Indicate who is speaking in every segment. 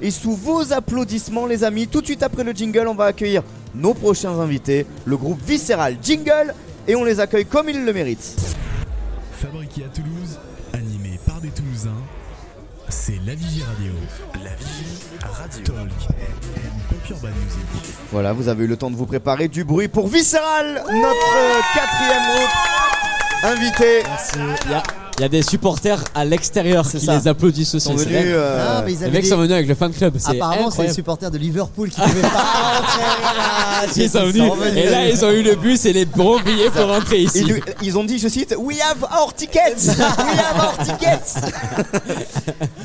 Speaker 1: Et sous vos applaudissements, les amis, tout de suite après le jingle, on va accueillir nos prochains invités, le groupe Viscéral Jingle, et on les accueille comme ils le méritent.
Speaker 2: Fabriqué à Toulouse, animé par des Toulousains, c'est La Vigie Radio. La Vigie Radio. Talk. Pop Urban Music.
Speaker 1: Voilà, vous avez eu le temps de vous préparer du bruit pour Viscéral, notre euh, quatrième groupe invité.
Speaker 3: Il y a, il y a des supporters à l'extérieur qui les applaudissent aussi.
Speaker 1: Ils sont
Speaker 3: c'est
Speaker 1: venus.
Speaker 3: vrai.
Speaker 1: euh,
Speaker 4: Ah, mais ils
Speaker 3: Les
Speaker 4: avaient
Speaker 3: mecs
Speaker 4: des-
Speaker 3: sont venus avec le fan club. C'est
Speaker 4: Apparemment, c'est les
Speaker 3: incroyable. Ah,
Speaker 4: supporters de Liverpool qui pouvaient pas rentrer.
Speaker 3: Ils sont venus. Et là, ils ont eu le bus et les bons billets pour rentrer
Speaker 1: ils,
Speaker 3: ici.
Speaker 1: lui- ils ont dit, je cite, We have our tickets! We have our tickets!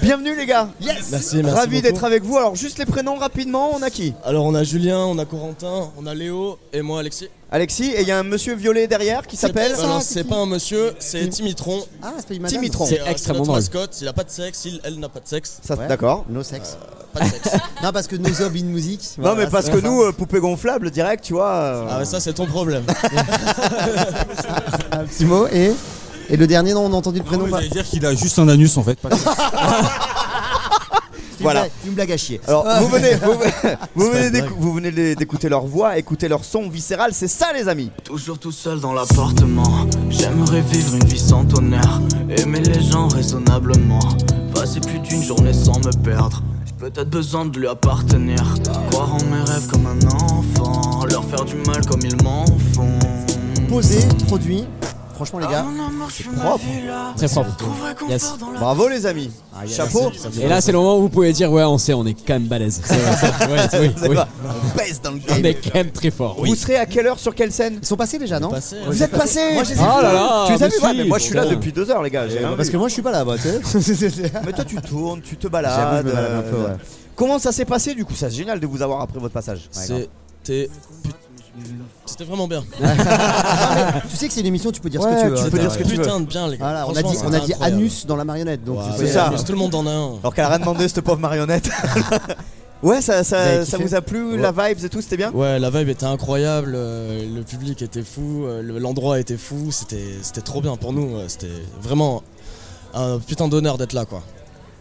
Speaker 1: Bienvenue les gars!
Speaker 4: Yes
Speaker 5: Merci, merci.
Speaker 1: Ravi
Speaker 5: beaucoup.
Speaker 1: d'être avec vous. Alors, juste les prénoms rapidement, on a qui?
Speaker 5: Alors, on a Julien, on a Corentin, on a Léo et moi, Alexis.
Speaker 1: Alexis, et il y a un monsieur violet derrière qui s'appelle
Speaker 5: C'est- Alors, c'est pas un monsieur, c'est Timitron.
Speaker 4: Ah, c'est pas une madame.
Speaker 1: Timitron.
Speaker 3: C'est
Speaker 5: Euh,
Speaker 3: extrêmement
Speaker 5: notre
Speaker 3: drôle.
Speaker 5: mascotte, il a pas de sexe, il, elle n'a pas de sexe.
Speaker 1: Ça,
Speaker 4: Ouais.
Speaker 1: D'accord.
Speaker 4: No sex.
Speaker 5: Pas de sexe.
Speaker 4: Non, parce que nous hommes in musique.
Speaker 1: non, mais parce que nous, euh, poupée gonflable, direct, tu vois. euh,
Speaker 5: ah, ouais, ça, c'est ton problème.
Speaker 4: Un petit mot et. Et le dernier, non, on a entendu le
Speaker 5: Ah
Speaker 4: prénom. pas-
Speaker 6: J'allais dire qu'il a juste un anus en fait. pas de-
Speaker 4: C'est une
Speaker 1: Voilà.
Speaker 4: blague- c'est Une blague à chier.
Speaker 1: Alors,
Speaker 4: Ah.
Speaker 1: vous venez, vous, vous venez d'écou- vous venez de- d'écouter leur voix, écouter leur son viscéral, c'est ça, les amis.
Speaker 7: Toujours tout seul dans l'appartement. J'aimerais vivre une vie sans tonnerre. Aimer les gens raisonnablement. Passer plus d'une journée sans me perdre. J'ai peut-être besoin de lui appartenir. Croire en mes rêves comme un enfant. Leur faire du mal comme ils m'en font.
Speaker 4: Posé, produit. Franchement, les
Speaker 7: Ah,
Speaker 4: gars.
Speaker 7: mon amour, je suis
Speaker 1: propre.
Speaker 7: ma vie là.
Speaker 3: Très propre.
Speaker 7: Je trouverai confort
Speaker 3: Yes.
Speaker 7: dans
Speaker 4: Ah.
Speaker 7: la-
Speaker 1: Bravo, les amis. Chapeau.
Speaker 3: Et là, c'est le moment où vous pouvez dire Ouais, on sait, on est quand même balèze. C'est vrai, c'est- ouais, c'est- oui,
Speaker 1: Vous savez
Speaker 3: oui.
Speaker 1: quoi On pèse dans le
Speaker 4: Ah,
Speaker 3: On
Speaker 1: game.
Speaker 3: est quand même très fort.
Speaker 1: Vous serez à quelle heure sur quelle scène
Speaker 4: Ils sont passés déjà, non
Speaker 5: Passé,
Speaker 1: Vous êtes passé
Speaker 4: Moi, je les ai
Speaker 3: Oh là
Speaker 4: vus.
Speaker 3: là
Speaker 1: Tu les as
Speaker 3: mais
Speaker 1: vus Ouais,
Speaker 3: si,
Speaker 1: mais moi je suis Ah là
Speaker 3: putain.
Speaker 1: depuis deux heures, les gars. j'ai
Speaker 4: Euh,
Speaker 1: rien
Speaker 4: Parce
Speaker 1: vu.
Speaker 4: que moi, je suis pas là, bah, tu sais.
Speaker 1: Mais toi, tu tournes, tu te
Speaker 4: J'avoue, je
Speaker 1: balades.
Speaker 4: me balade un peu,
Speaker 1: euh,
Speaker 4: ouais.
Speaker 1: Comment ça s'est passé du coup Ça c'est génial de vous avoir après votre passage.
Speaker 5: C'était. put- C'était vraiment bien.
Speaker 4: Tu sais que c'est une émission, tu peux dire
Speaker 1: Ouais,
Speaker 4: ce que tu veux.
Speaker 1: tu
Speaker 4: hein,
Speaker 1: peux
Speaker 4: t'as-
Speaker 1: dire ce que tu veux.
Speaker 5: Putain de bien, les gars.
Speaker 4: Voilà, on a dit,
Speaker 5: Franchement,
Speaker 4: on a
Speaker 5: c'était
Speaker 4: dit
Speaker 5: incroyable.
Speaker 4: anus dans la marionnette, donc
Speaker 5: Voilà,
Speaker 4: tu peux
Speaker 1: c'est
Speaker 4: y
Speaker 1: ça.
Speaker 4: aller.
Speaker 5: Tout le monde en a un.
Speaker 1: Alors qu'elle a rien demandé, cette pauvre marionnette. ouais, ça,
Speaker 4: Vous
Speaker 1: ça,
Speaker 4: avez
Speaker 1: ça
Speaker 4: kiffé
Speaker 1: vous a plu, la vibes et tout, c'était bien
Speaker 5: Ouais, la vibe était incroyable, euh, le public était fou, euh, le- l'endroit était fou, c'était c'était trop bien pour nous, euh, c'était vraiment un putain d'honneur d'être là quoi.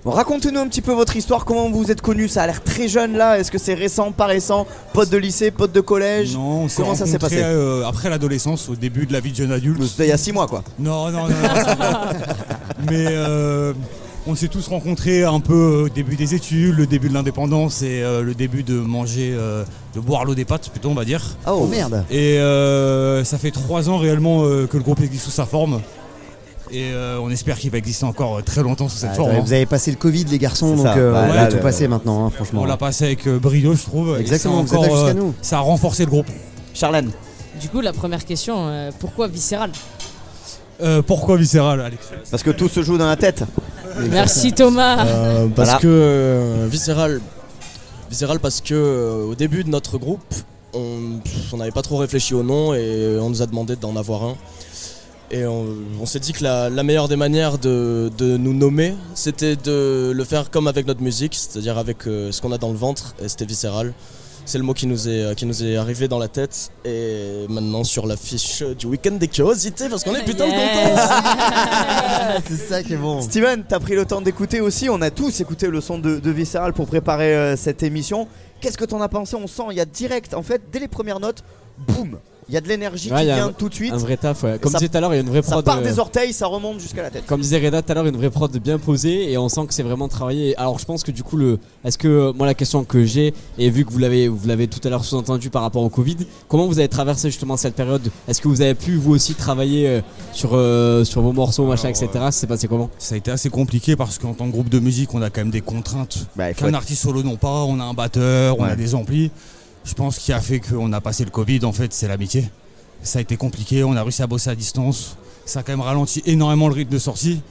Speaker 1: Bon, Racontez-nous un petit peu votre histoire, comment vous vous êtes connus Ça a l'air très jeune là, est-ce que c'est récent, pas récent Pote de lycée, pote de collège
Speaker 6: Non, on s'est
Speaker 1: Comment ça s'est
Speaker 6: rencontrés,
Speaker 1: passé
Speaker 6: euh, après l'adolescence, au début de la vie de jeune adulte.
Speaker 1: C'était il y a 6 mois quoi.
Speaker 6: Non, non, non. non, ça va. Mais euh, on s'est tous rencontrés un peu euh, au début des études, le début de l'indépendance et euh, le début de manger, euh, de boire l'eau des pâtes plutôt, on va dire.
Speaker 4: Oh merde.
Speaker 6: Et euh, ça fait trois ans réellement euh, que le groupe existe sous sa forme. Et euh, on espère qu'il va exister encore euh, très longtemps sous cette
Speaker 4: Ah,
Speaker 6: forme.
Speaker 4: attendez,
Speaker 6: hein.
Speaker 4: vous avez passé le Covid, les garçons,
Speaker 1: C'est
Speaker 4: donc
Speaker 1: ça.
Speaker 4: euh,
Speaker 1: Bah,
Speaker 4: on
Speaker 6: là,
Speaker 4: va
Speaker 1: le-
Speaker 4: tout passer maintenant, hein, franchement.
Speaker 6: On l'a passé avec euh, brio, je trouve. et
Speaker 4: Exactement,
Speaker 6: ça
Speaker 4: vous êtes là
Speaker 6: encore, euh,
Speaker 4: jusqu'à nous.
Speaker 6: Ça a renforcé le groupe.
Speaker 1: Charlène
Speaker 8: Du coup, la première question, euh, pourquoi viscéral
Speaker 6: Euh, pourquoi viscéral, Alex
Speaker 3: Eh,
Speaker 1: Parce que tout se joue dans la tête.
Speaker 8: Merci Thomas.
Speaker 5: Euh, parce
Speaker 1: Voilà.
Speaker 5: que euh, viscéral, viscéral parce que euh, au début de notre groupe, on pff, on n'avait pas trop réfléchi au nom et on nous a demandé d'en avoir un. Et on, on s'est dit que la, la meilleure des manières de, de nous nommer, c'était de le faire comme avec notre musique, c'est-à-dire avec euh, ce qu'on a dans le ventre, et c'était viscéral. C'est le mot qui nous, est, euh, qui nous est arrivé dans la tête et maintenant sur l'affiche du week-end des curiosités parce qu'on est putain de contents
Speaker 8: Euh,
Speaker 4: Ah, c'est ça qui est bon.
Speaker 1: Steven, t'as pris le temps d'écouter aussi, on a tous écouté le son de, de Viscéral pour préparer euh, cette émission. Qu'est-ce que t'en as pensé On sent, il y a direct, en fait, dès les premières notes, boum Il y a de l'énergie
Speaker 3: Ouais,
Speaker 1: qui
Speaker 3: il y a
Speaker 1: vient
Speaker 3: un-
Speaker 1: tout de suite.
Speaker 3: Un vrai taf, ouais. Comme
Speaker 1: ça-
Speaker 3: disait tout à l'heure, il y a une vraie
Speaker 1: Ça
Speaker 3: prod.
Speaker 1: part
Speaker 3: euh,
Speaker 1: des orteils, ça remonte jusqu'à la tête.
Speaker 3: Comme disait Reda tout à l'heure, une vraie prod bien posée et on sent que c'est vraiment travaillé. Alors je pense que du coup, le, est-ce que euh, moi la question que j'ai et vu que vous l'avez, vous l'avez tout à l'heure sous-entendu par rapport au Covid, comment vous avez traversé justement cette période Est-ce que vous avez pu vous aussi travailler euh, sur euh, sur vos morceaux, machin,
Speaker 6: Alors,
Speaker 3: etc. C'est passé comment
Speaker 9: Ah,
Speaker 6: Ça a été assez compliqué parce qu'en tant que groupe de musique, on a quand même des contraintes
Speaker 1: Bah, il faut
Speaker 6: qu'un
Speaker 1: être-
Speaker 6: artiste solo non pas. On a un batteur, on
Speaker 1: Ouais.
Speaker 6: a des amplis. Je pense qu'il a fait qu'on a passé le Covid, en fait, c'est l'amitié. Ça a été compliqué, on a réussi à bosser à distance. Ça a quand même ralenti énormément le rythme de sortie.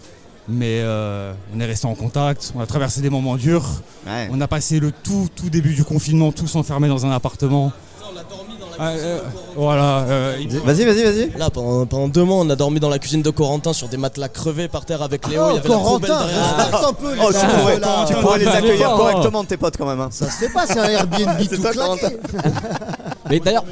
Speaker 6: Mais euh, on est resté en contact, on a traversé des moments durs.
Speaker 1: Ouais.
Speaker 6: On a passé le tout, tout début du confinement, tous enfermés dans un appartement. Ah, euh, voilà. euh, il-
Speaker 1: Vas-y, vas-y, vas-y.
Speaker 5: Là, pendant, pendant deux mois, on a dormi dans la cuisine de Corentin sur des matelas crevés par terre avec Léo. il y avait la poubelle
Speaker 4: Oh, Ah, Corentin, ah.
Speaker 5: derrière.
Speaker 4: respecte un peu les
Speaker 1: Oh, tu
Speaker 4: gars,
Speaker 1: pourrais,
Speaker 4: voilà.
Speaker 1: tu pourrais les
Speaker 3: Attends,
Speaker 1: accueillir
Speaker 3: attends.
Speaker 1: correctement, tes potes, quand même. hein.
Speaker 4: Ça se fait pas, c'est un Airbnb tout
Speaker 1: toi,
Speaker 4: claqué.
Speaker 3: Mais d'ailleurs,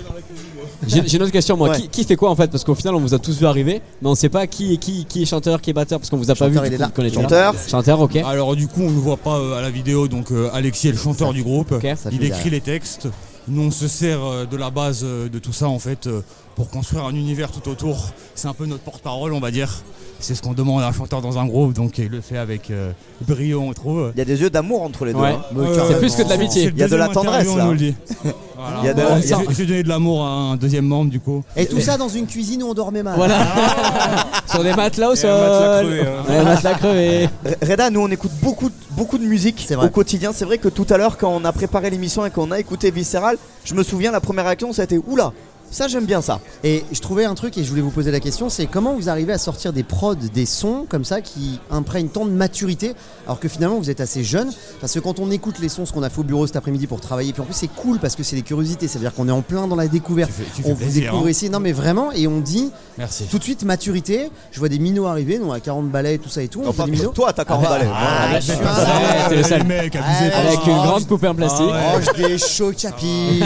Speaker 3: J'ai j'ai une autre question, moi.
Speaker 1: Ouais.
Speaker 3: Qui, qui fait quoi en fait Parce qu'au final, on vous a tous vu arriver, mais on sait pas qui est, qui, qui est chanteur, qui est batteur, parce qu'on vous a
Speaker 4: Chanteur, Ah,
Speaker 3: pas vu.
Speaker 4: il
Speaker 3: du
Speaker 4: est
Speaker 3: coup,
Speaker 4: là.
Speaker 3: vous connaissez pas.
Speaker 1: Chanteur.
Speaker 3: Chanteur, ok.
Speaker 6: Alors du coup, on ne voit pas euh, à la vidéo, donc euh, Alexis est le chanteur du groupe.
Speaker 3: Ok.
Speaker 4: Ça
Speaker 6: Il
Speaker 4: fait
Speaker 6: écrit les textes. Nous, on se sert euh, de la base euh, de tout ça en fait euh, pour construire un univers tout autour. C'est un peu notre porte-parole, on va dire. C'est ce qu'on demande à un chanteur dans un groupe, donc il le fait avec euh, brio, on trouve.
Speaker 1: Il y a des yeux d'amour entre les deux.
Speaker 3: Ouais.
Speaker 1: hein.
Speaker 3: C'est plus que de l'amitié.
Speaker 6: C'est le
Speaker 1: Il y a de la
Speaker 6: deuxième
Speaker 1: tendresse,
Speaker 6: interview,
Speaker 1: là.
Speaker 6: on nous le dit. Ah, Voilà.
Speaker 1: Il y a de-
Speaker 6: Ouais,
Speaker 1: il y a-
Speaker 6: j'ai- J'ai donné de l'amour à un deuxième membre du coup.
Speaker 4: Et tout ça dans une cuisine où on dormait mal.
Speaker 3: Voilà. Sur des matelas au
Speaker 9: Et un matelas
Speaker 3: sol.
Speaker 9: crevé, hein.
Speaker 3: Ouais, un matelas crevé.
Speaker 1: R- Reda, nous on écoute beaucoup, beaucoup de musique
Speaker 4: C'est vrai.
Speaker 1: au quotidien. C'est vrai que tout à l'heure, quand on a préparé l'émission et qu'on a écouté Visceral, je me souviens, la première réaction, ça a été Oula, ça j'aime bien ça.
Speaker 4: Et je trouvais un truc et je voulais vous poser la question, c'est comment vous arrivez à sortir des prods, des sons comme ça qui imprègnent tant de maturité, alors que finalement vous êtes assez jeune, parce que quand on écoute les sons, ce qu'on a fait au bureau cet après-midi pour travailler, puis en plus c'est cool parce que c'est des curiosités, ça veut dire qu'on est en plein dans la découverte.
Speaker 6: Tu fais- tu fais
Speaker 4: on vous
Speaker 6: plaisir,
Speaker 4: découvre
Speaker 6: hein.
Speaker 4: ici, non mais vraiment, et on dit
Speaker 6: Merci.
Speaker 4: tout de suite maturité. Je vois des minots arriver, nous à 40 balais et tout ça et tout. on fait
Speaker 1: Enfin,
Speaker 4: des minots.
Speaker 1: toi, t'as
Speaker 6: bah,
Speaker 1: 40 balais.
Speaker 4: Ah, je suis un-
Speaker 3: Ah, t'es le seul.
Speaker 6: Les mecs, abusez
Speaker 4: Ah,
Speaker 6: pas.
Speaker 3: Avec une
Speaker 4: Oh,
Speaker 3: grande poupée en plastique.
Speaker 6: ah,
Speaker 4: Oh, je des chauds capiche.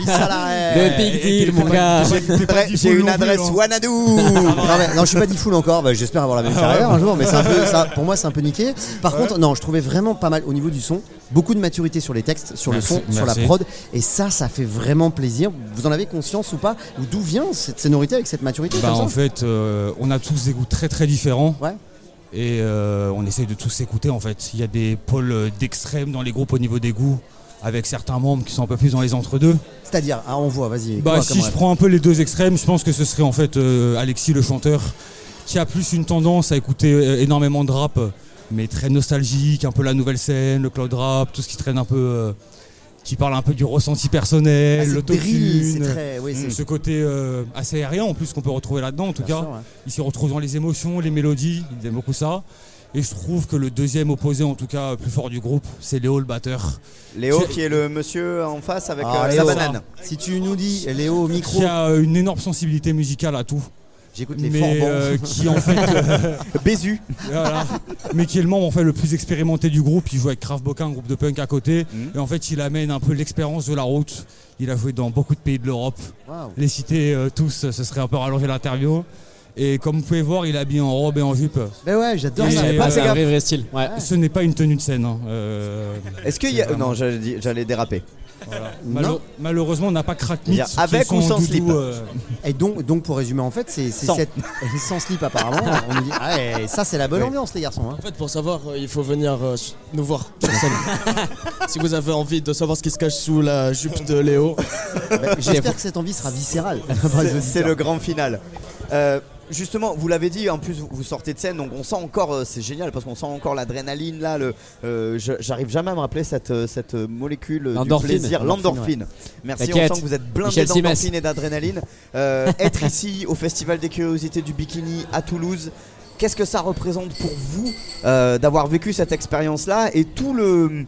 Speaker 4: Dis ça là, ouais.
Speaker 3: Le big
Speaker 6: Et- et
Speaker 3: deal,
Speaker 6: t'es
Speaker 3: mon
Speaker 6: pas-
Speaker 3: gars.
Speaker 6: t'es pas- t'es pas
Speaker 1: Après,
Speaker 6: dix
Speaker 1: j'ai
Speaker 6: foules
Speaker 1: une
Speaker 6: non plus,
Speaker 1: adresse
Speaker 6: hein.
Speaker 1: Wanadoo.
Speaker 4: non, mais- non, je suis pas dit full encore. Bah, J'espère avoir la
Speaker 6: Ah
Speaker 4: même carrière un jour, mais c'est un peu, ça, pour moi, c'est un peu niqué. Par contre, non, je trouvais vraiment pas mal au niveau du son. Beaucoup de maturité sur les textes, sur
Speaker 6: Merci,
Speaker 4: le son, sur la
Speaker 6: merci.
Speaker 4: prod. Et ça, ça fait vraiment plaisir. Vous en avez conscience ou pas Ou d'où vient cette sonorité avec cette maturité
Speaker 6: Bah,
Speaker 4: comme ça
Speaker 6: en fait, euh, on a tous des goûts très très différents.
Speaker 4: Ouais.
Speaker 6: Et euh, on essaye de tous s'écouter en fait. Il y a des pôles euh, d'extrême dans les groupes au niveau des goûts, avec certains membres qui sont un peu plus dans les entre-deux.
Speaker 4: C'est-à-dire, ah, on voit, vas-y.
Speaker 6: Bah,
Speaker 4: quoi,
Speaker 6: si
Speaker 4: comme
Speaker 6: je
Speaker 4: rêve
Speaker 6: prends un peu les deux extrêmes, je pense que ce serait en fait euh, Alexis le chanteur, qui a plus une tendance à écouter euh, énormément de rap, mais très nostalgique, un peu la nouvelle scène, le cloud rap, tout ce qui traîne un peu. euh, qui parle un peu du ressenti
Speaker 4: Ah,
Speaker 6: personnel,
Speaker 4: c'est drill, c'est
Speaker 6: l'autotune. hmm.
Speaker 4: très. Oui, c'est.
Speaker 6: Ce côté euh, assez aérien en plus qu'on peut retrouver là-dedans en tout
Speaker 4: Bien
Speaker 6: cas.
Speaker 4: sûr, ouais.
Speaker 6: Il s'y retrouve dans les émotions, les mélodies, il aime beaucoup ça. Et je trouve que le deuxième opposé, en tout cas plus fort du groupe, c'est Léo le batteur,
Speaker 1: Léo,
Speaker 6: Tu-
Speaker 1: qui est le monsieur en face avec
Speaker 4: Ah,
Speaker 1: euh, la
Speaker 4: Léo.
Speaker 1: banane.
Speaker 4: Si tu nous dis, Léo, au micro,
Speaker 6: qui a euh, une énorme sensibilité musicale à tout,
Speaker 4: j'écoute les forts
Speaker 6: mais
Speaker 4: bancs.
Speaker 6: euh, qui en fait, euh,
Speaker 1: Bézu.
Speaker 6: voilà. mais qui est le membre en fait le plus expérimenté du groupe. Il joue avec Kraftbock, un groupe de punk à côté,
Speaker 1: Mhm.
Speaker 6: et en fait il amène un peu l'expérience de la route. Il a joué dans beaucoup de pays de l'Europe.
Speaker 4: Waouh.
Speaker 6: Les citer euh, tous, ce serait un peu rallonger l'interview. Et comme vous pouvez voir, il est habillé en robe et en jupe.
Speaker 4: Mais Ben ouais, j'adore
Speaker 6: Et-
Speaker 4: ça.
Speaker 6: euh,
Speaker 3: Pas
Speaker 6: c'est
Speaker 3: un vrai, vrai style. Ouais.
Speaker 6: Ce n'est pas une tenue de scène. hein. Euh,
Speaker 1: Est-ce qu'il y a.
Speaker 6: C'est vraiment-
Speaker 1: Non, j'allais dire- j'allais déraper.
Speaker 6: Malo-
Speaker 4: Non.
Speaker 6: Malheureusement, on n'a pas crack
Speaker 1: Il y a avec ou sans slip
Speaker 6: euh.
Speaker 4: Et donc, donc pour résumer, en fait, c'est c'est
Speaker 1: Sans.
Speaker 4: cette. sans slip, apparemment. On nous dit, ah, et ça, c'est la bonne
Speaker 6: Oui.
Speaker 4: ambiance, les garçons. hein.
Speaker 5: En fait, pour savoir, euh, il faut venir euh, s- nous voir sur scène. si vous avez envie de savoir ce qui se cache sous la jupe de Léo,
Speaker 4: Bah, J'espère que cette envie sera viscérale. Par les
Speaker 1: C'est- C'est
Speaker 4: auditeurs.
Speaker 1: le grand final. Euh, Justement, vous l'avez dit, en plus vous- vous sortez de scène, donc on sent encore, euh, c'est génial parce qu'on sent encore l'adrénaline là. Le, euh, je- j'arrive jamais à me rappeler cette, euh, cette molécule du
Speaker 3: L'endorphine.
Speaker 1: plaisir, l'endorphine. Merci, on
Speaker 3: T'inquiète.
Speaker 1: sent que vous êtes blindé
Speaker 3: Michel Simès.
Speaker 1: d'endorphine et d'adrénaline. Euh, être ici au Festival des Curiosités du Bikini à Toulouse, qu'est-ce que ça représente pour vous euh, d'avoir vécu cette expérience là et tout le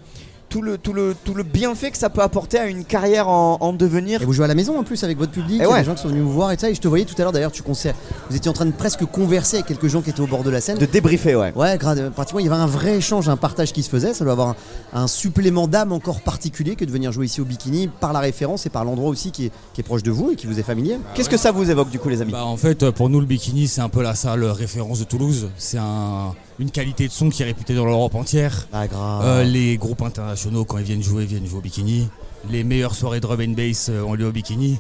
Speaker 1: tout le tout le tout le bienfait que ça peut apporter à une carrière en, en devenir
Speaker 4: Et vous jouez à la maison en plus avec votre
Speaker 1: Eh
Speaker 4: public, il y a
Speaker 1: ouais.
Speaker 4: des gens qui sont venus vous voir et tout ça. Et je te voyais tout à l'heure d'ailleurs, tu conseilles. Vous étiez en train de presque converser avec quelques gens qui étaient au bord de la scène.
Speaker 1: de débriefer, ouais.
Speaker 4: Ouais, grave, euh, pratiquement, il y avait un vrai échange, un partage qui se faisait. Ça doit avoir un, un supplément d'âme encore particulier que de venir jouer ici au bikini par la référence et par l'endroit aussi qui est, qui est proche de vous et qui vous est familier.
Speaker 1: Ah Qu'est-ce que ça vous évoque du coup, les amis
Speaker 6: Bah, en fait, euh, pour nous, le bikini, c'est un peu la salle référence de Toulouse. C'est un- une qualité de son qui est réputée dans l'Europe entière.
Speaker 4: Ah, grave.
Speaker 6: Euh, les groupes internationaux, quand ils viennent jouer, viennent jouer au bikini. Les meilleures soirées de drum and bass euh, ont lieu au bikini.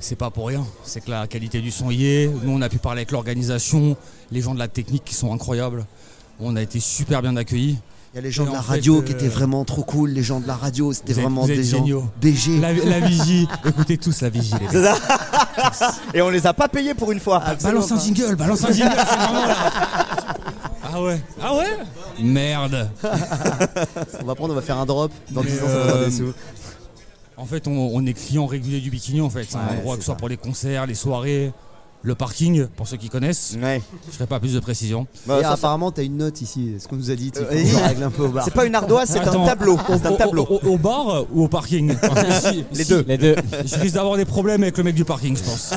Speaker 6: C'est pas pour rien. C'est que la qualité du son y est. Nous, on a pu parler avec l'organisation, les gens de la technique qui sont incroyables. On a été super bien accueillis.
Speaker 4: Il y a les gens
Speaker 6: et
Speaker 4: de la
Speaker 6: en fait,
Speaker 4: radio qui
Speaker 6: euh,
Speaker 4: étaient vraiment trop cool. Les gens de la radio, c'était
Speaker 6: vous êtes-
Speaker 4: vraiment
Speaker 6: vous êtes
Speaker 4: des gens
Speaker 6: géniaux.
Speaker 4: BG.
Speaker 6: La, la vigie, écoutez tous la vigie, les gars.
Speaker 1: Et on les a pas payés pour une fois.
Speaker 6: Balance un jingle, balance un jingle, c'est vraiment là. Ah ouais, ah ouais Merde.
Speaker 4: On va prendre, on va faire un drop. Dans
Speaker 6: Mais,
Speaker 4: 10 ans, ça va faire
Speaker 6: euh,
Speaker 4: des sous.
Speaker 6: En fait, on, on est client régulier du bikini en fait. C'est un
Speaker 4: Ouais,
Speaker 6: endroit
Speaker 4: c'est
Speaker 6: que ce soit
Speaker 4: ça.
Speaker 6: pour les concerts, les soirées, le parking, pour ceux qui connaissent.
Speaker 1: Ouais.
Speaker 6: Je ferai pas plus de précision.
Speaker 1: Bah,
Speaker 4: Et
Speaker 1: ça,
Speaker 4: apparemment, t'as une note ici. Ce qu'on nous a dit,
Speaker 1: Euh,
Speaker 4: il faut
Speaker 1: et-
Speaker 4: qu'on règle un peu au bar.
Speaker 1: c'est pas une ardoise, c'est un
Speaker 6: Attends.
Speaker 1: tableau. C'est un
Speaker 6: Au-
Speaker 1: tableau.
Speaker 6: Au, au bar ou au parking Parce que si-
Speaker 1: Les
Speaker 6: si-
Speaker 1: deux.
Speaker 3: Les deux.
Speaker 6: Je risque d'avoir des problèmes avec le mec du parking, je pense.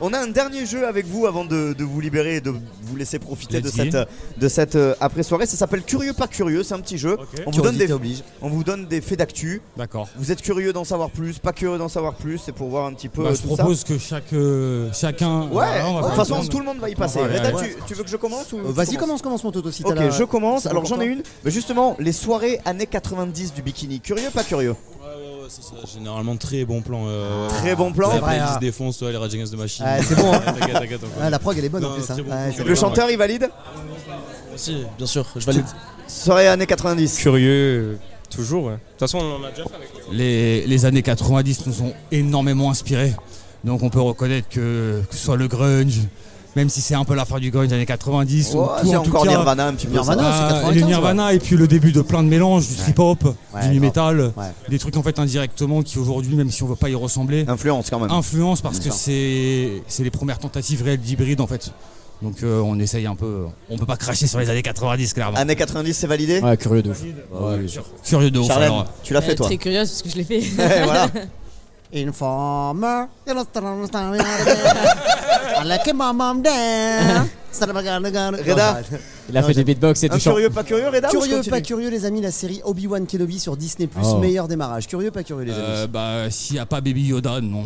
Speaker 1: On a un dernier jeu avec vous avant de, de vous libérer et de vous laisser profiter de
Speaker 6: Let's
Speaker 1: cette,
Speaker 6: go.
Speaker 1: euh, de cette euh, après-soirée. Ça s'appelle Curieux pas curieux, c'est un petit jeu. On, vous donne des,
Speaker 4: oblige.
Speaker 1: on vous donne des faits d'actu.
Speaker 6: D'accord.
Speaker 1: Vous êtes curieux d'en savoir plus, pas curieux d'en savoir plus, c'est pour voir un petit peu
Speaker 6: Bah,
Speaker 1: euh,
Speaker 6: je
Speaker 1: tout
Speaker 6: propose que chaque, euh, chacun.
Speaker 1: ça. Ouais,
Speaker 6: Voilà, on va
Speaker 1: de toute
Speaker 6: faire
Speaker 1: façon,
Speaker 6: tourner.
Speaker 1: tout le monde va y passer.
Speaker 6: Ouais, ouais,
Speaker 1: Reda,
Speaker 6: ouais.
Speaker 1: tu, tu veux que je commence ou
Speaker 4: Euh,
Speaker 1: tu
Speaker 4: Vas-y,
Speaker 1: commences
Speaker 4: commence, commence mon toto si t'as
Speaker 1: Ok,
Speaker 4: la-
Speaker 1: je commence.
Speaker 4: c'est bon
Speaker 1: Alors
Speaker 4: pour
Speaker 1: j'en ai
Speaker 4: toi.
Speaker 1: une. Mais justement, les soirées années 90 du bikini. Curieux, pas curieux
Speaker 9: c'est ça. Généralement, très bon plan. euh,
Speaker 1: Très bon plan.
Speaker 9: La
Speaker 4: C'est vrai,
Speaker 9: playlist
Speaker 4: hein.
Speaker 9: défonce, ouais, les Rage Against the Machine.
Speaker 4: Ah, c'est bon, hein.
Speaker 9: Ouais, t'inquiète, t'inquiète, on connaît.
Speaker 4: Ah, la prog elle est bonne
Speaker 9: Non,
Speaker 4: en plus. hein.
Speaker 9: très bon.
Speaker 4: Ouais, c'est
Speaker 9: Le
Speaker 1: Le
Speaker 4: bon.
Speaker 1: chanteur, il valide
Speaker 5: Si, bien sûr, je valide.
Speaker 1: Soirée années 90.
Speaker 9: Curieux, euh, toujours. ouais. De toute façon, on en a déjà fait avec les-
Speaker 6: les, les années 90 nous ont énormément inspirés. Donc on peut reconnaître que, que ce soit le grunge, même si c'est un peu la fin du grunge des années 90,
Speaker 1: Ouais,
Speaker 6: ou tout
Speaker 1: J'ai
Speaker 6: en tout
Speaker 1: encore
Speaker 6: cas.
Speaker 1: Nirvana un petit peu.
Speaker 4: Nirvana,
Speaker 6: Ah,
Speaker 4: c'est
Speaker 6: les
Speaker 4: 95,
Speaker 6: Nirvana et puis le début de plein de mélanges, du trip hop,
Speaker 4: Ouais,
Speaker 6: du
Speaker 4: grave.
Speaker 6: nu metal,
Speaker 4: Ouais.
Speaker 6: des trucs en fait indirectement qui aujourd'hui, même si on veut pas y ressembler,
Speaker 1: Influence quand même.
Speaker 6: influence parce que
Speaker 1: Ça.
Speaker 6: c'est c'est les premières tentatives réelles d'hybride en fait. Donc euh, on essaye un peu, on peut pas cracher sur les années 90 clairement.
Speaker 1: Années 90, c'est validé
Speaker 3: Ouais, curieux de ouf. Ouais, oui.
Speaker 6: Curieux de ouf.
Speaker 1: Charlène,
Speaker 6: alors.
Speaker 1: tu l'as
Speaker 4: Eh,
Speaker 1: fait
Speaker 8: Euh,
Speaker 1: toi.
Speaker 8: Très curieuse parce que je l'ai fait.
Speaker 1: Eh, voilà.
Speaker 4: Informer. I like my mom down.
Speaker 1: Reda.
Speaker 3: Il a
Speaker 4: Non,
Speaker 3: fait des
Speaker 4: j'aime-
Speaker 3: beatbox et
Speaker 1: Un
Speaker 3: tout.
Speaker 1: curieux, pas curieux, Reda ou je
Speaker 4: Curieux,
Speaker 1: continue
Speaker 4: pas curieux, les amis, la série Obi-Wan Kenobi sur Disney+,
Speaker 3: Oh.
Speaker 4: meilleur démarrage. Curieux, pas curieux, les amis.
Speaker 6: Euh, bah s'il y a pas Baby Yoda, non.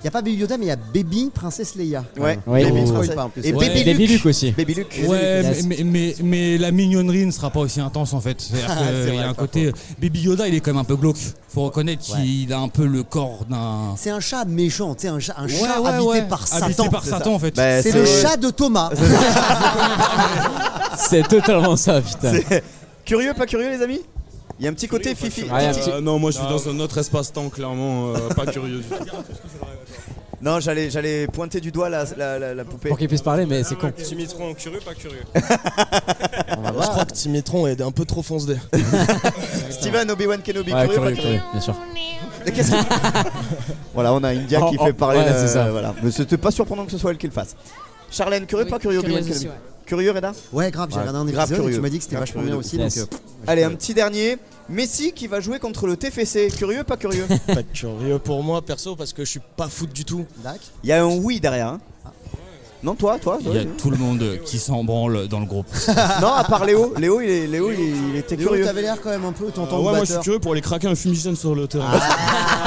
Speaker 4: Il n'y a pas Baby Yoda, mais il y a Baby Princesse Leia.
Speaker 1: Ouais,
Speaker 3: Ouais,
Speaker 1: Baby
Speaker 3: on-
Speaker 1: Yoda.
Speaker 4: on spoil pas, en plus.
Speaker 1: Et
Speaker 4: Ouais.
Speaker 1: Baby
Speaker 3: Baby
Speaker 1: Luke.
Speaker 3: Luke aussi.
Speaker 1: Baby Luke.
Speaker 6: Ouais,
Speaker 3: Yes.
Speaker 6: mais, mais, mais- mais la mignonnerie ne sera pas aussi intense en fait. C'est-à-dire que,
Speaker 4: C'est vrai,
Speaker 6: il y a un
Speaker 4: pas
Speaker 6: côté. Baby Yoda, il est quand même un peu glauque. Faut reconnaître
Speaker 4: Ouais.
Speaker 6: qu'il a un peu le corps d'un.
Speaker 4: C'est un chat méchant, tu sais, un chat, un chat
Speaker 6: Ouais, ouais,
Speaker 4: habité
Speaker 6: ouais.
Speaker 4: par
Speaker 6: Habité
Speaker 4: Satan.
Speaker 6: par
Speaker 1: C'est ça.
Speaker 6: Satan en fait.
Speaker 1: Bah,
Speaker 4: C'est le chat de Thomas.
Speaker 3: C'est totalement ça, putain.
Speaker 1: Curieux, pas curieux, les amis Il y a un petit côté fifi.
Speaker 3: Ouais, un petit-
Speaker 9: Euh, non, moi je suis dans un autre espace-temps, clairement, euh, pas curieux du tout.
Speaker 1: Non, j'allais, j'allais pointer du doigt la, la, la, la poupée.
Speaker 3: Pour qu'il puisse parler, mais c'est con.
Speaker 9: Timitron, curieux, pas curieux.
Speaker 5: Je crois que Timitron est un peu trop foncedé.
Speaker 1: Steven, Obi-Wan Kenobi,
Speaker 3: Ouais,
Speaker 1: curieux, pas
Speaker 3: curieux,
Speaker 1: curieux.
Speaker 3: curieux, bien sûr.
Speaker 1: Mais qu'est-ce qu'il- voilà, on a India
Speaker 3: Oh,
Speaker 1: qui
Speaker 3: oh,
Speaker 1: fait parler.
Speaker 3: ouais,
Speaker 1: le-
Speaker 3: c'est ça.
Speaker 1: Voilà. Mais c'était pas surprenant que ce soit elle qui le fasse. Charlène, curieux,
Speaker 8: Oui,
Speaker 1: pas curieux, Obi-Wan
Speaker 8: curieuse aussi,
Speaker 1: Kenobi Curieux, Reda
Speaker 4: Ouais, grave, j'ai
Speaker 1: Ouais,
Speaker 4: regardé un
Speaker 1: grave
Speaker 4: épisode et
Speaker 1: curieux.
Speaker 4: tu m'as dit que c'était
Speaker 1: Grave
Speaker 4: vachement
Speaker 1: curieux
Speaker 4: bien
Speaker 1: de
Speaker 4: aussi.
Speaker 3: ouf.
Speaker 4: donc, euh,
Speaker 1: Allez, un petit dernier. Messi qui va jouer contre le TFC. Curieux, pas curieux
Speaker 5: Pas curieux pour moi, perso, parce que je suis pas foot du tout.
Speaker 4: Dac.
Speaker 1: Il y a un oui derrière. hein. Non, toi, toi,
Speaker 6: Il
Speaker 1: toi
Speaker 6: y a tout le monde qui s'en branle dans le groupe.
Speaker 1: Non, à part Léo. Léo, il, est- Léo, il, il était
Speaker 4: Léo,
Speaker 1: curieux.
Speaker 4: t'avais l'air quand même un peu, t'entends
Speaker 9: ouais,
Speaker 4: le
Speaker 9: moi je suis
Speaker 4: batteur.
Speaker 9: curieux pour aller craquer un fumigène sur le terrain.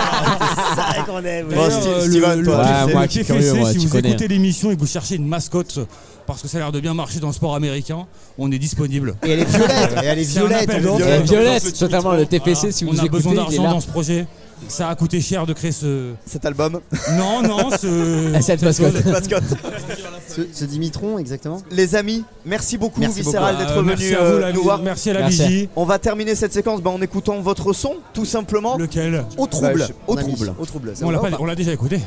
Speaker 4: Ah, qu'on aime, ouais.
Speaker 1: Bon,
Speaker 6: D'ailleurs,
Speaker 1: Steve-
Speaker 6: euh,
Speaker 1: Steven,
Speaker 6: le,
Speaker 1: toi,
Speaker 6: le
Speaker 1: tu
Speaker 3: sais.
Speaker 6: TFC,
Speaker 3: moi, qui suis curieux, moi,
Speaker 6: si
Speaker 3: tu
Speaker 6: vous
Speaker 3: connais.
Speaker 6: écoutez l'émission et que vous cherchez une mascotte, parce que ça a l'air de bien marcher dans le sport américain, on est disponible.
Speaker 4: Et elle est violette, et elle est
Speaker 6: C'est un
Speaker 4: violette.
Speaker 6: appel
Speaker 4: on
Speaker 6: d'offres.
Speaker 4: le dit.
Speaker 3: Et Violette, totalement le TPC, si vous
Speaker 6: on a
Speaker 3: écoutez,
Speaker 6: besoin
Speaker 3: il est
Speaker 6: d'argent
Speaker 3: là.
Speaker 6: dans ce projet. Ça a coûté cher de créer ce.
Speaker 1: Cet album,
Speaker 6: Non, non, ce.
Speaker 3: Ah, Cette mascotte.
Speaker 1: cette mascotte.
Speaker 4: Ce, ce Dimitron, exactement.
Speaker 1: Les amis, merci beaucoup,
Speaker 4: Merci
Speaker 1: Viscéral, d'être
Speaker 6: Euh,
Speaker 1: venu
Speaker 6: merci à
Speaker 1: euh,
Speaker 6: vous, la
Speaker 1: nous
Speaker 6: vie-
Speaker 1: voir.
Speaker 6: Merci à la
Speaker 3: Merci.
Speaker 6: vigie.
Speaker 1: On va terminer cette séquence bah, en écoutant votre son, tout simplement.
Speaker 6: Lequel
Speaker 4: Au trouble.
Speaker 1: Bah, je- au
Speaker 4: mon ami,
Speaker 1: trouble.
Speaker 4: Au trouble. ça
Speaker 6: on
Speaker 4: vous
Speaker 6: l'a,
Speaker 4: va
Speaker 6: pas-
Speaker 4: ou pas
Speaker 6: on l'a déjà écouté.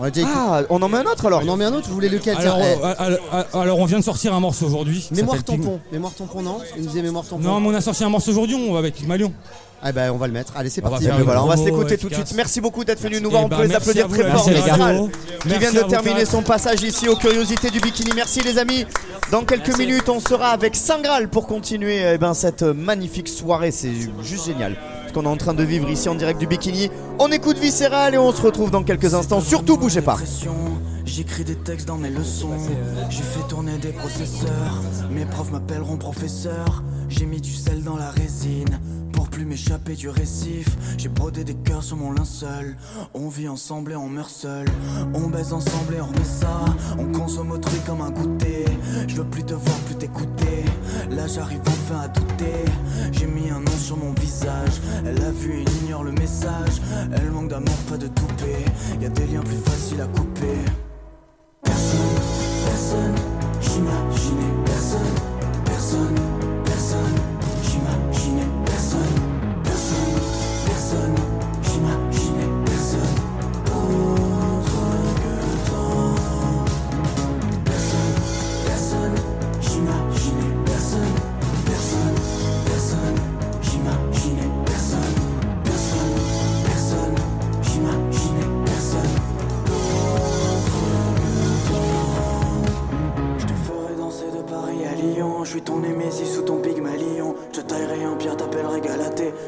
Speaker 4: On l'a déjà écouté.
Speaker 1: Ah, on en met un autre alors
Speaker 4: On en met un autre, vous voulez lequel tiens,
Speaker 6: Alors,
Speaker 4: eh,
Speaker 6: euh, alors, alors, on vient de sortir un morceau aujourd'hui. qui
Speaker 4: Mémoire
Speaker 6: s'appelle Pig-
Speaker 4: tampon. Mémoire tampon, non Il nous disait mémoire tampon.
Speaker 6: Non, mais on a sorti un morceau aujourd'hui, on va avec Pygmalion.
Speaker 4: Ah bah on va le mettre. Allez, c'est
Speaker 6: On va
Speaker 4: parti.
Speaker 6: faire
Speaker 1: Mais ben voilà, on va
Speaker 6: Bravo,
Speaker 1: s'écouter tout de
Speaker 6: efficace.
Speaker 1: suite. Merci beaucoup d'être venus
Speaker 6: Eh
Speaker 1: nous voir. On
Speaker 6: ben,
Speaker 1: peut les
Speaker 6: merci
Speaker 1: applaudir
Speaker 6: à vous,
Speaker 1: très
Speaker 6: la
Speaker 1: fort.
Speaker 6: Merci,
Speaker 1: Viscéral,
Speaker 6: les gars.
Speaker 1: qui vient
Speaker 6: Merci
Speaker 1: de
Speaker 6: à vous,
Speaker 1: terminer
Speaker 6: Karl.
Speaker 1: son passage ici aux Curiosités du Bikini. Merci les amis. Dans quelques minutes, on sera avec Saint Graal pour continuer eh ben, cette magnifique soirée. C'est juste génial ce qu'on est en train de vivre ici en direct du Bikini. On écoute Viscéral et on se retrouve dans quelques instants. Surtout, bougez pas.
Speaker 7: J'écris des textes dans mes leçons. J'ai fait tourner des processeurs. Mes profs m'appelleront professeur. J'ai mis du sel dans la résine pour plus m'échapper du récif. J'ai brodé des cœurs sur mon linceul. On vit ensemble et on meurt seul. On baise ensemble et on remet ça. On consomme autrui comme un goûter. Je veux plus te voir, plus t'écouter. Là j'arrive enfin à douter. J'ai mis un nom sur mon visage. Elle a vu et ignore le message. Elle manque d'amour, pas de toupet. Y a des liens plus faciles à couper. Personne, personne, j'imaginais personne, personne, personne, j'imaginais personne, personne, personne, j'imaginais personne. Autre que toi. Personne, personne, j'imaginais personne, personne, personne, j'imaginais personne, personne, personne, j'imaginais personne. Autre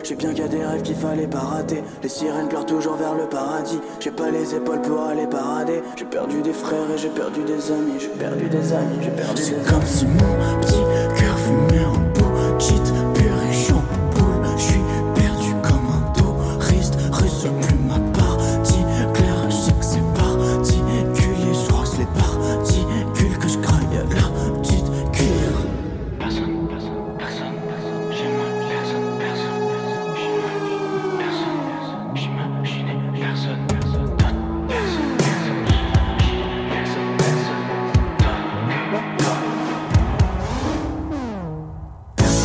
Speaker 7: sais bien qu'il y a des rêves qu'il fallait pas rater. Les sirènes pleurent toujours vers le paradis. J'ai pas les épaules pour aller parader. J'ai perdu des frères et j'ai perdu des amis. J'ai perdu des amis, j'ai perdu des amis. C'est comme si mon petit cœur fumait en pot. Cheat, pur et chaud, boule. J'suis perdu comme un touriste. Russe, plus ma partie. Claire, je sais que c'est particulier. J'rosse les particules que j'craille à la petite cuillère.
Speaker 10: Personne, personne, personne, personne, j'aime personne, personne, personne, personne, j'imaginais personne, personne, personne, personne, personne, personne, personne,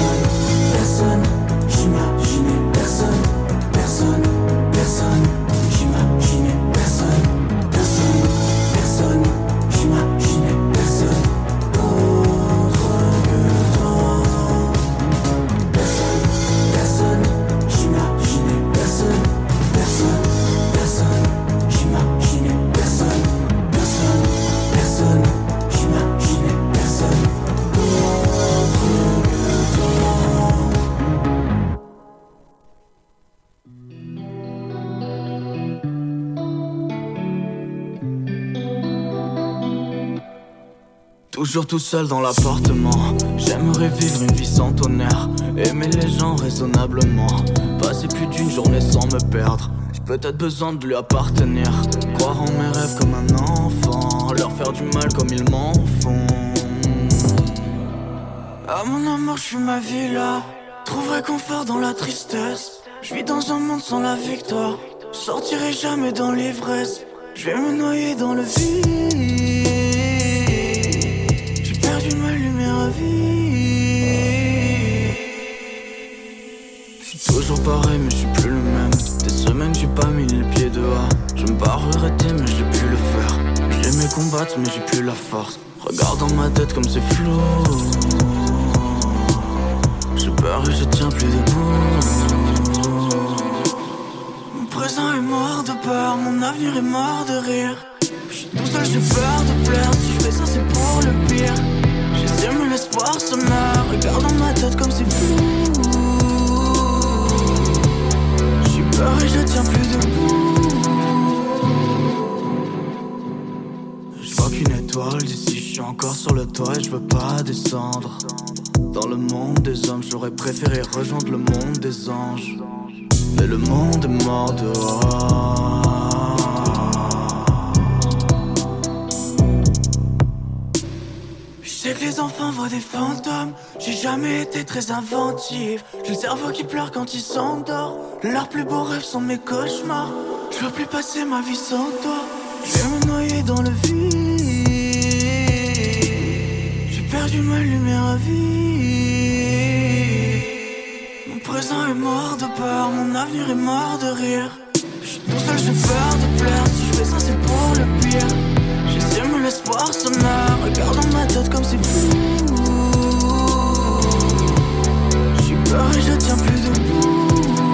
Speaker 7: Personne, personne, j'imaginais personne, personne, personne, j'imaginais personne, personne, personne, j'imaginais personne, autre que toi. Personne, personne, j'imaginais personne, personne, personne, j'imaginais personne, personne, personne, j'imaginais personne. Toujours tout seul dans l'appartement. J'aimerais vivre une vie sans tonnerre. Aimer les gens raisonnablement. Passer plus d'une journée sans me perdre. J'ai peut-être besoin de lui appartenir. Croire en mes rêves comme un enfant. Leur faire du mal comme ils m'en font. Ah mon amour, je suis ma vie là. Trouverai confort dans la tristesse. Je vis dans un monde sans la victoire. Sortirai jamais dans l'ivresse. Je vais me noyer dans le vide. J'ai perdu ma lumière à vie. Je suis toujours pareil, mais je suis plus le même. Des semaines, j'ai pas mis les pieds dehors. Je me pars regretter, mais j'ai pu le faire. J'aimais combattre, mais j'ai plus la force. Regarde dans ma tête comme c'est flou. J'ai peur et je tiens plus debout. Mon présent est mort de peur, mon avenir est mort de rire. Je suis tout seul, j'ai peur de plaire. Si je fais ça, c'est pour le pire. J'estime l'espoir se meurt. Regarde dans ma tête comme c'est flou. J'ai peur et je tiens plus debout. Je vois qu'une étoile d'ici, je suis encore sur le toit et je veux pas descendre. Dans le monde des hommes, j'aurais préféré rejoindre le monde des anges. Mais le monde est mort dehors. Je sais que les enfants voient des fantômes. J'ai jamais été très inventif. J'ai le cerveau qui pleure quand il s'endort. Leurs plus beaux rêves sont mes cauchemars. Je veux plus passer ma vie sans toi. Je vais me noyer dans le vide. J'ai perdu ma lumière à vie. Mon présent est mort de peur, mon avenir est mort de rire. Je suis tout seul, j'ai peur de plaire. Si je fais ça, c'est pour le pire. J'estime l'espoir se meurt. Regarde dans ma tête comme c'est flou. J'ai peur et je tiens plus debout.